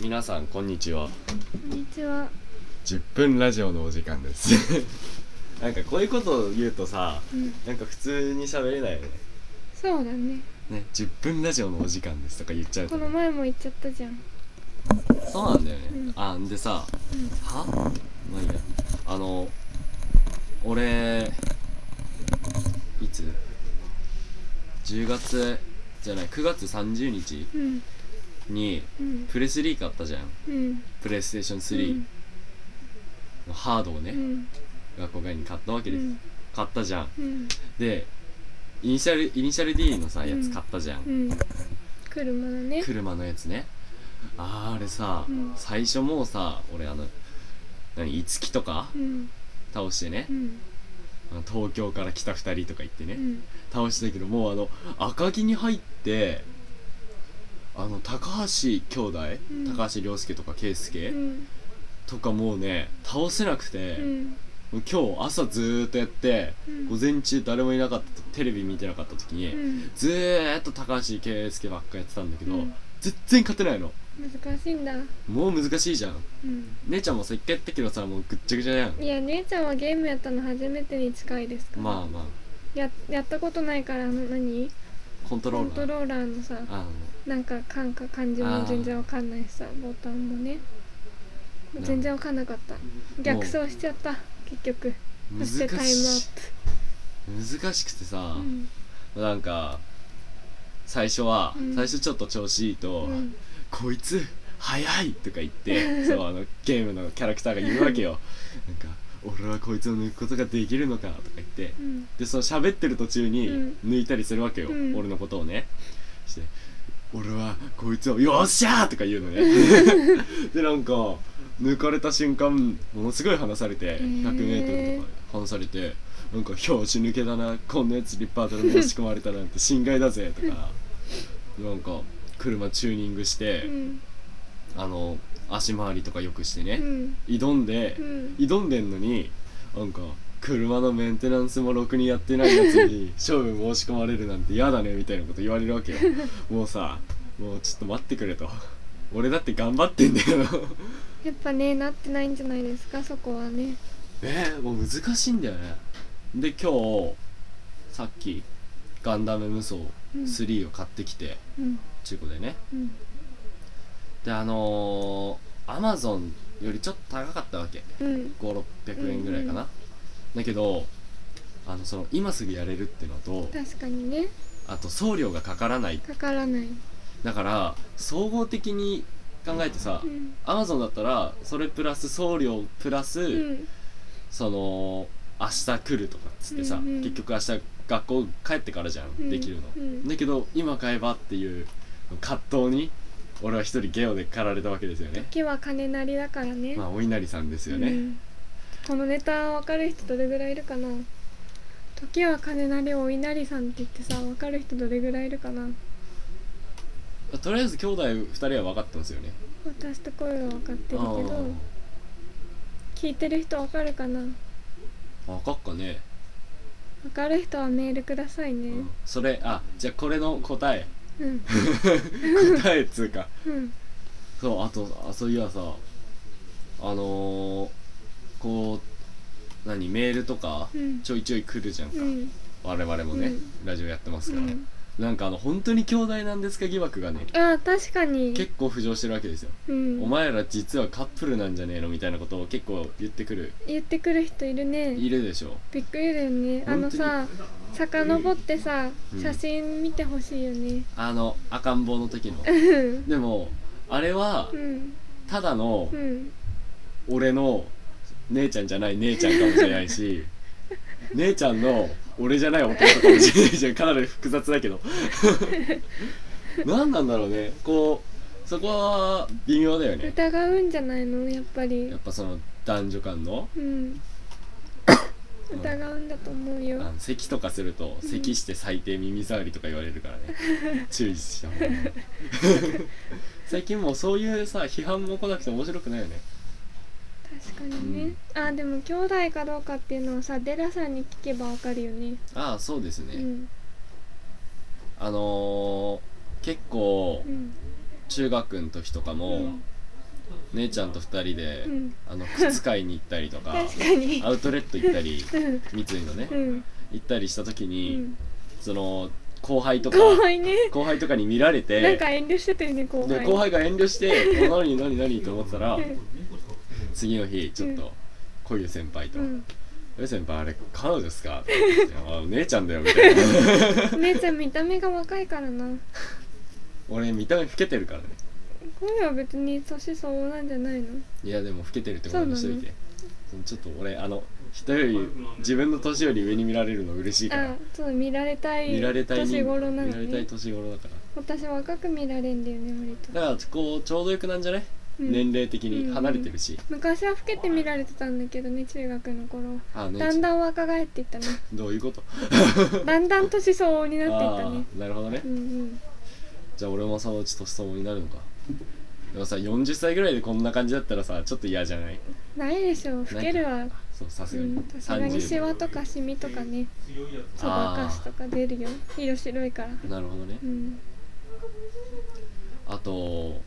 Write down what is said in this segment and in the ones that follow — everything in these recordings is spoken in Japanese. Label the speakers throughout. Speaker 1: 皆さんこんにちは
Speaker 2: こんにちは。
Speaker 1: 10分ラジオのお時間です なんかこういうことを言うとさ
Speaker 2: うん、
Speaker 1: なんか普通に喋れないよね
Speaker 2: そうだね。
Speaker 1: ね10分ラジオのお時間ですとか言っちゃう
Speaker 2: ことの
Speaker 1: ね
Speaker 2: 前も言っちゃったじゃん。
Speaker 1: そうなんだよね、
Speaker 2: うん
Speaker 1: あんでさ
Speaker 2: うん、
Speaker 1: はまあいいやあの俺いつ10月じゃない9月30日
Speaker 2: うん、
Speaker 1: に
Speaker 2: うん、
Speaker 1: プレスリー買ったじゃん
Speaker 2: うん、
Speaker 1: プレイステーション
Speaker 2: う
Speaker 1: 3
Speaker 2: ん、
Speaker 1: のハードをね、
Speaker 2: うん、
Speaker 1: 学校外に買ったわけ
Speaker 2: う
Speaker 1: です、
Speaker 2: ん、
Speaker 1: 買ったじゃん
Speaker 2: うん、
Speaker 1: でイニシャルイニシャル D のさや
Speaker 2: う
Speaker 1: つ
Speaker 2: ん
Speaker 1: 買ったじゃん、
Speaker 2: うん。車のね。
Speaker 1: 車のやつねあーあれさ、
Speaker 2: うん
Speaker 1: 最初もうさ俺あの何五木とか
Speaker 2: うん、
Speaker 1: 倒してね
Speaker 2: う、ん、
Speaker 1: あの東京から来た2人とか言ってね、
Speaker 2: うん、
Speaker 1: 倒してたけどもうあの赤城に入ってあの高橋兄弟、
Speaker 2: うん
Speaker 1: 高橋涼介とか圭
Speaker 2: う
Speaker 1: 介、
Speaker 2: ん、
Speaker 1: とかもうね倒せなくて、
Speaker 2: うん、
Speaker 1: もう今日朝ずーっとやって、
Speaker 2: うん
Speaker 1: 午前中誰もいなかったテレビ見てなかった時に、
Speaker 2: うん。
Speaker 1: ずーっと高橋圭介ばっかやってたんだけど、
Speaker 2: うん
Speaker 1: 全然勝てないの
Speaker 2: 難しいんだ。
Speaker 1: もう難しいじゃん
Speaker 2: うん。
Speaker 1: 姉ちゃんもさ一回やったけどさもうぐっちゃぐちゃじゃん
Speaker 2: いや、姉ちゃんはゲームやったの初めてに近いですから。
Speaker 1: まあまあ
Speaker 2: や、やったことないから、あの、何。
Speaker 1: コントロ
Speaker 2: コ
Speaker 1: ー
Speaker 2: ン
Speaker 1: ラ
Speaker 2: ト
Speaker 1: ー
Speaker 2: ローラーのさ、
Speaker 1: あの
Speaker 2: なんか、感か、漢字も全然わかんないしさ、ボタンもね。
Speaker 1: ん
Speaker 2: 全然わかんなかった。逆走しちゃった。結局。そ
Speaker 1: 難
Speaker 2: してタイムア
Speaker 1: し
Speaker 2: ッ
Speaker 1: 難しくてさ
Speaker 2: プ。う、ん。
Speaker 1: なんか最初は、
Speaker 2: うん
Speaker 1: 最初ちょっと調子いいと「
Speaker 2: うん
Speaker 1: こいつ早い!」とか言って そうあのゲームのキャラクターが言うわけよなんか「俺はこいつを抜くことができるのか」とか言って
Speaker 2: うん。
Speaker 1: でその喋ってる途中に
Speaker 2: うん
Speaker 1: 抜いたりするわけよ、
Speaker 2: うん
Speaker 1: 俺のことをねして「俺はこいつをよっしゃー!」とか言うのね でなんか抜かれた瞬間ものすごい離されて
Speaker 2: ー
Speaker 1: 100m とか離されてなんか「拍子抜けだなこんなやつ立派だな持ち込まれたなんて侵害だぜ」とかなんか車チューニングして、
Speaker 2: うん。
Speaker 1: あの足回りとかよくして
Speaker 2: う
Speaker 1: ね、
Speaker 2: ん。
Speaker 1: 挑んで、
Speaker 2: うん。
Speaker 1: 挑んでんのになんか車のメンテナンスもろくにやってないやつ に勝負申し込まれるなんて嫌だねみたいなこと言われるわけよもうさもうちょっと待ってくれと俺だって頑張ってんだよ
Speaker 2: やっぱね、なってないんじゃないですか、そこはね。
Speaker 1: えー、もう難しいんだよねで今日さっきガンダム無双
Speaker 2: うん。
Speaker 1: 3を買ってきて、
Speaker 2: うん。
Speaker 1: 中古でね
Speaker 2: うん。
Speaker 1: であのー、アマゾンよりちょっと高かったわけ
Speaker 2: うん。
Speaker 1: 5600円ぐらいかな、
Speaker 2: うん
Speaker 1: だけどあのその今すぐやれるってのと
Speaker 2: 確かにね、
Speaker 1: あと送料がかからない
Speaker 2: かからない。
Speaker 1: だから総合的に考えてさ
Speaker 2: うん。
Speaker 1: アマゾンだったらそれプラス送料プラス、
Speaker 2: うん。
Speaker 1: その明日来るとかっつってさ、
Speaker 2: うんうん
Speaker 1: 結局明日学校帰ってからじゃん、
Speaker 2: うん
Speaker 1: できるの、
Speaker 2: うん
Speaker 1: だけど今買えばっていう葛藤に俺は一人ゲオで駆られたわけですよね
Speaker 2: 時は金なりだからね。
Speaker 1: まあお稲荷さんですよ
Speaker 2: う
Speaker 1: ね、
Speaker 2: んこのネタわかる人どれぐらいいるかな時は金なりお稲荷さんって言ってさ、わかる人どれぐらいいるかな
Speaker 1: とりあえず兄弟2人は分かってますよね
Speaker 2: 私と声は分かって
Speaker 1: あ
Speaker 2: るけど、聞いてる人わかるかなわ
Speaker 1: あ分かっかね、
Speaker 2: かる人はメールくださいね。
Speaker 1: うんそれあじゃあこれの答 え
Speaker 2: うん。
Speaker 1: 答えっつうか
Speaker 2: うん。
Speaker 1: そうあとあそういやさあのー、こう何メールとか
Speaker 2: うん
Speaker 1: ちょいちょい来るじゃんか、
Speaker 2: うん。
Speaker 1: 我々もね、
Speaker 2: うん
Speaker 1: ラジオやってます
Speaker 2: う
Speaker 1: からね
Speaker 2: ん、
Speaker 1: なんかあの本当に兄弟なんですか疑惑がね
Speaker 2: ああ、確かに。
Speaker 1: 結構浮上してるわけですよ、
Speaker 2: うん、
Speaker 1: お前ら実はカップルなんじゃねえのみたいなことを結構言ってくる
Speaker 2: 言ってくる人いるね
Speaker 1: いるでしょ
Speaker 2: びっくりだよねあのさ遡ってさ、
Speaker 1: うん
Speaker 2: 写真見てほしいよね
Speaker 1: あの赤ん坊の時の
Speaker 2: うん
Speaker 1: でもあれは
Speaker 2: うん
Speaker 1: ただの
Speaker 2: うん
Speaker 1: 俺の姉ちゃんじゃない姉ちゃんかもしれない し姉ちゃんの俺じゃない弟かもしれないじゃんかなり複雑だけど 何なんだろうねこうそこは微妙だよね
Speaker 2: 疑うんじゃないのやっぱり
Speaker 1: やっぱその男女間の
Speaker 2: うん疑うんだと思うよ
Speaker 1: あの咳とかすると
Speaker 2: うん
Speaker 1: 咳して最低耳障りとか言われるから ね注意した方がいい最近もうそういうさ批判も来なくて面白くないよね
Speaker 2: 確かにね、あでも兄弟かどうかっていうのはさデラさんに聞けばわかるよね
Speaker 1: ああそうですね、
Speaker 2: うん
Speaker 1: あのー、結構
Speaker 2: うん
Speaker 1: 中学の時とかも、
Speaker 2: うん
Speaker 1: 姉ちゃんと2人で、
Speaker 2: うん
Speaker 1: あの靴買いに行ったりとか
Speaker 2: 確かに
Speaker 1: アウトレット行ったり
Speaker 2: うん
Speaker 1: 三井のね、
Speaker 2: うん
Speaker 1: 行ったりした時
Speaker 2: う
Speaker 1: に、
Speaker 2: ん
Speaker 1: その後輩とか
Speaker 2: 後輩ね
Speaker 1: 後輩とかに見られて
Speaker 2: なんか遠慮してたよね後
Speaker 1: で
Speaker 2: 輩
Speaker 1: 後輩が遠慮 して「お何何何?」と思ってたら次の日ちょっ
Speaker 2: うん
Speaker 1: とこういう先輩と
Speaker 2: うん
Speaker 1: 「え先輩あれ彼女ですか?」って言ってあ「お姉ちゃんだよ」みた いな
Speaker 2: 姉ちゃん見た目が若いからな
Speaker 1: 俺見た目老けてるからね
Speaker 2: 声は別に年相応なんじゃないの
Speaker 1: いやでも老けてるってことにしといてそのちょっと俺あの人より自分の年より上に見られるの嬉しいか
Speaker 2: あ
Speaker 1: ら
Speaker 2: そう見られたい
Speaker 1: 見られたい
Speaker 2: 年頃なの
Speaker 1: 見られたい
Speaker 2: ね
Speaker 1: 年頃だから
Speaker 2: 私若く見られんだよね割と、
Speaker 1: だからこうちょうどよくなんじゃない、
Speaker 2: うん
Speaker 1: 年齢的
Speaker 2: う
Speaker 1: に
Speaker 2: ん
Speaker 1: 離れてるし、
Speaker 2: 昔は老けて見られてたんだけどね中学の頃
Speaker 1: あね
Speaker 2: だんだん若返って いったね
Speaker 1: どういうこと
Speaker 2: だんだん年相応になっていったね
Speaker 1: あーなるほどね、
Speaker 2: うんうん
Speaker 1: じゃあ俺もそのうち年相応になるのかでもさ40歳ぐらいでこんな感じだったらさちょっと嫌じゃない
Speaker 2: ないでしょう老ける
Speaker 1: ない
Speaker 2: は
Speaker 1: かそうさす
Speaker 2: う
Speaker 1: がに
Speaker 2: んさすがにシワとかシミとかねそばかすとか出るよ色白いから
Speaker 1: なるほどね
Speaker 2: うん
Speaker 1: あと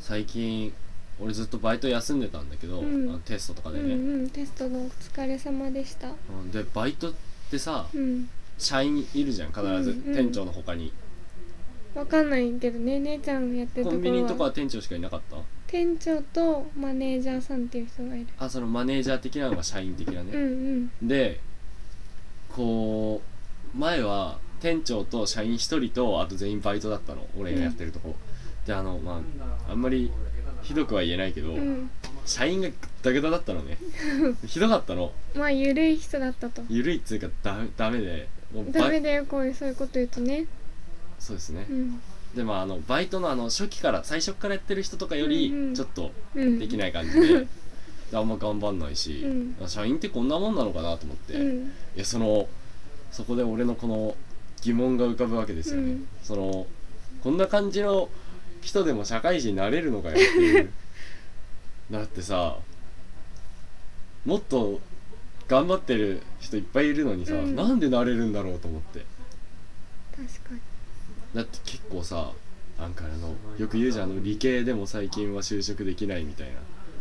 Speaker 1: 最近俺ずっとバイト休んでたんだけど、
Speaker 2: うん
Speaker 1: あのテストとか
Speaker 2: うん
Speaker 1: でね、
Speaker 2: うんテストのお疲れ様でした
Speaker 1: うんでバイトってさ
Speaker 2: うん
Speaker 1: 社員いるじゃん必ず、
Speaker 2: うんうん
Speaker 1: 店長の他に
Speaker 2: わかんないけどね姉ちゃんやってる
Speaker 1: コ
Speaker 2: とこ
Speaker 1: ンビニと
Speaker 2: ろ
Speaker 1: か
Speaker 2: は
Speaker 1: は店長しかいなかった
Speaker 2: 店長とマネージャーさんっていう人がいる
Speaker 1: あそのマネージャー的なのが社員的な
Speaker 2: う
Speaker 1: ね、
Speaker 2: ん
Speaker 1: でこう前は店長と社員1人とあと全員バイトだったの俺がやってるとこ、であのまああんまりひどくは言えないけど、
Speaker 2: うんうん
Speaker 1: 社員がぐったぐただったの ねひどかったの
Speaker 2: まあゆるい人だったと
Speaker 1: 緩いっつうかダメダメでもうバイ
Speaker 2: ダメだよこういうそういうこと言うとね
Speaker 1: そうですね、
Speaker 2: うん
Speaker 1: でまああのバイトのあの初期から最初からやってる人とかより
Speaker 2: うんうん
Speaker 1: ちょっと
Speaker 2: うん
Speaker 1: できない感じで、であんま頑張んないし、
Speaker 2: うん
Speaker 1: あ社員ってこんなもんなのかなと思って、
Speaker 2: うん
Speaker 1: いやそのそこで俺のこの疑問が浮かぶわけですよね、
Speaker 2: うん
Speaker 1: そのこんな感じの人でも社会人になれるのかよっていう だってさもっと頑張ってる人いっぱいいるのにさ、
Speaker 2: うん
Speaker 1: なんでなれるんだろうと思って
Speaker 2: 確かに
Speaker 1: だって結構さなんかあのよく言うじゃんあの理系でも最近は就職できないみたい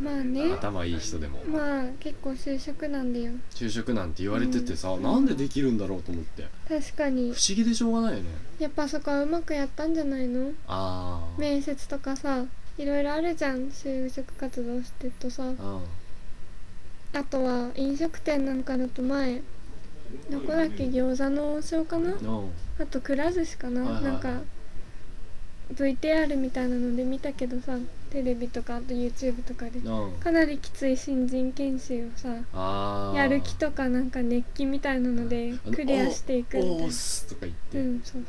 Speaker 2: まあね
Speaker 1: な頭いい人でも
Speaker 2: まあ結構就職なんだよ
Speaker 1: 就職なんて言われててさ、なんでできるんだろうと思って
Speaker 2: 確か
Speaker 1: 不
Speaker 2: に
Speaker 1: 思議でしょうがないよね
Speaker 2: やっぱそこはうまくやったんじゃないの
Speaker 1: ああ
Speaker 2: 面接とかさいろいろあるじゃん就職活動してるとさ
Speaker 1: うん
Speaker 2: あとは飲食店なんかだと前どこだっけ餃子の王将か
Speaker 1: う
Speaker 2: な
Speaker 1: ん
Speaker 2: あとくら寿司かな、
Speaker 1: はいはいはい
Speaker 2: なんか VTR みたいなので見たけどさテレビとかあと YouTube とかで
Speaker 1: うん
Speaker 2: かなりきつい新人研修をさ
Speaker 1: あー
Speaker 2: やる気とかなんか熱気みたいなので
Speaker 1: あの
Speaker 2: クリアしていくみ
Speaker 1: お
Speaker 2: た
Speaker 1: お
Speaker 2: い
Speaker 1: ー
Speaker 2: な
Speaker 1: すとか言って、
Speaker 2: うんそう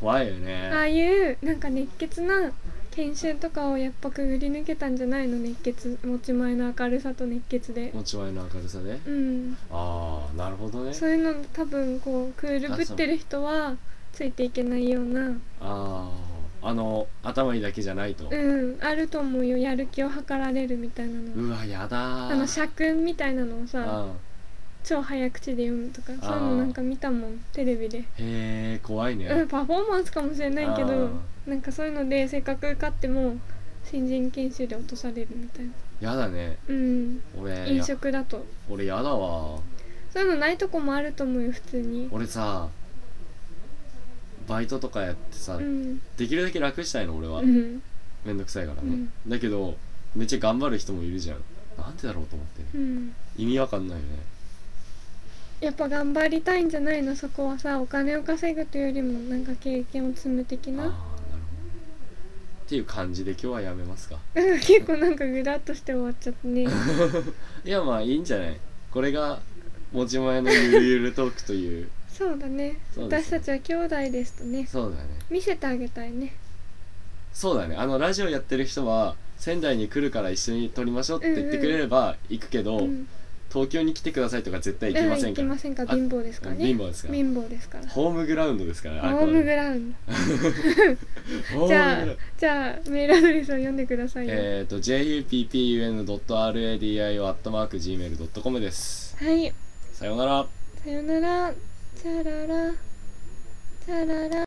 Speaker 1: 怖いよ
Speaker 2: ああ
Speaker 1: ね
Speaker 2: いうなんか熱血な研修とかをやっぱくぐり抜けたんじゃないの熱血持ち前の明るさと熱血で
Speaker 1: 持ち前の明るさで、
Speaker 2: うん
Speaker 1: ああなるほどね
Speaker 2: そういうの多分こうクールぶってる人はついていけないような
Speaker 1: あああの頭いいだけじゃないと、
Speaker 2: うんあると思うよやる気を図られるみたいな
Speaker 1: う
Speaker 2: の
Speaker 1: わやだー
Speaker 2: あの社訓みたいなのをさ
Speaker 1: あ
Speaker 2: 超早口で読むとかそういうのなんか見たもんテレビで、
Speaker 1: ーへえ怖いね、
Speaker 2: うん、パフォーマンスかもしれないけ
Speaker 1: あ
Speaker 2: どなんかそういうのでせっかく受かっても新人研修で落とされるみたいな
Speaker 1: やだね
Speaker 2: うん
Speaker 1: 俺
Speaker 2: 飲食だと
Speaker 1: や俺やだわ
Speaker 2: そういうのないとこもあると思うよ普通に
Speaker 1: 俺さバイトとかやってさ、
Speaker 2: うん
Speaker 1: できるだけ楽したいの俺は、
Speaker 2: うん
Speaker 1: めんどくさいからね、
Speaker 2: うん
Speaker 1: だけどめっちゃ頑張る人もいるじゃんなんでだろうと思ってね
Speaker 2: うん
Speaker 1: 意味わかんないよね
Speaker 2: やっぱ頑張りたいんじゃないのそこはさお金を稼ぐというよりもなんか経験を積む的
Speaker 1: ああーなる
Speaker 2: な
Speaker 1: ほどっていう感じで今日はやめますか
Speaker 2: なんか 結構なんかぐだっとして終わっちゃってね
Speaker 1: いやまあいいんじゃないこれが持ち前のゆるゆるトークという
Speaker 2: そうだね
Speaker 1: そうで
Speaker 2: 私
Speaker 1: すね
Speaker 2: たちは兄弟ですとね
Speaker 1: そうだね
Speaker 2: 見せてあげたいね
Speaker 1: そうだねあのラジオやってる人は仙台に来るから一緒に撮りましょうって言ってくれれば行くけど、
Speaker 2: うん
Speaker 1: 東京に来てくださいとか絶対行きませ
Speaker 2: うん
Speaker 1: か
Speaker 2: ん行き
Speaker 1: ら、
Speaker 2: ませんか
Speaker 1: あ
Speaker 2: 貧乏ですからね
Speaker 1: 貧乏ですから
Speaker 2: 貧乏ですから
Speaker 1: ホームグラウンドですから
Speaker 2: ホームグ
Speaker 1: ラ
Speaker 2: ラウンド
Speaker 1: ホームグ
Speaker 2: じ
Speaker 1: ラ
Speaker 2: ゃあ
Speaker 1: ウンド
Speaker 2: じゃあメールアドレスを読んでくださいよ、
Speaker 1: えっ、ー、と juppun.radio.gmail.com です
Speaker 2: はい
Speaker 1: さようなら
Speaker 2: さよならチャララチャララ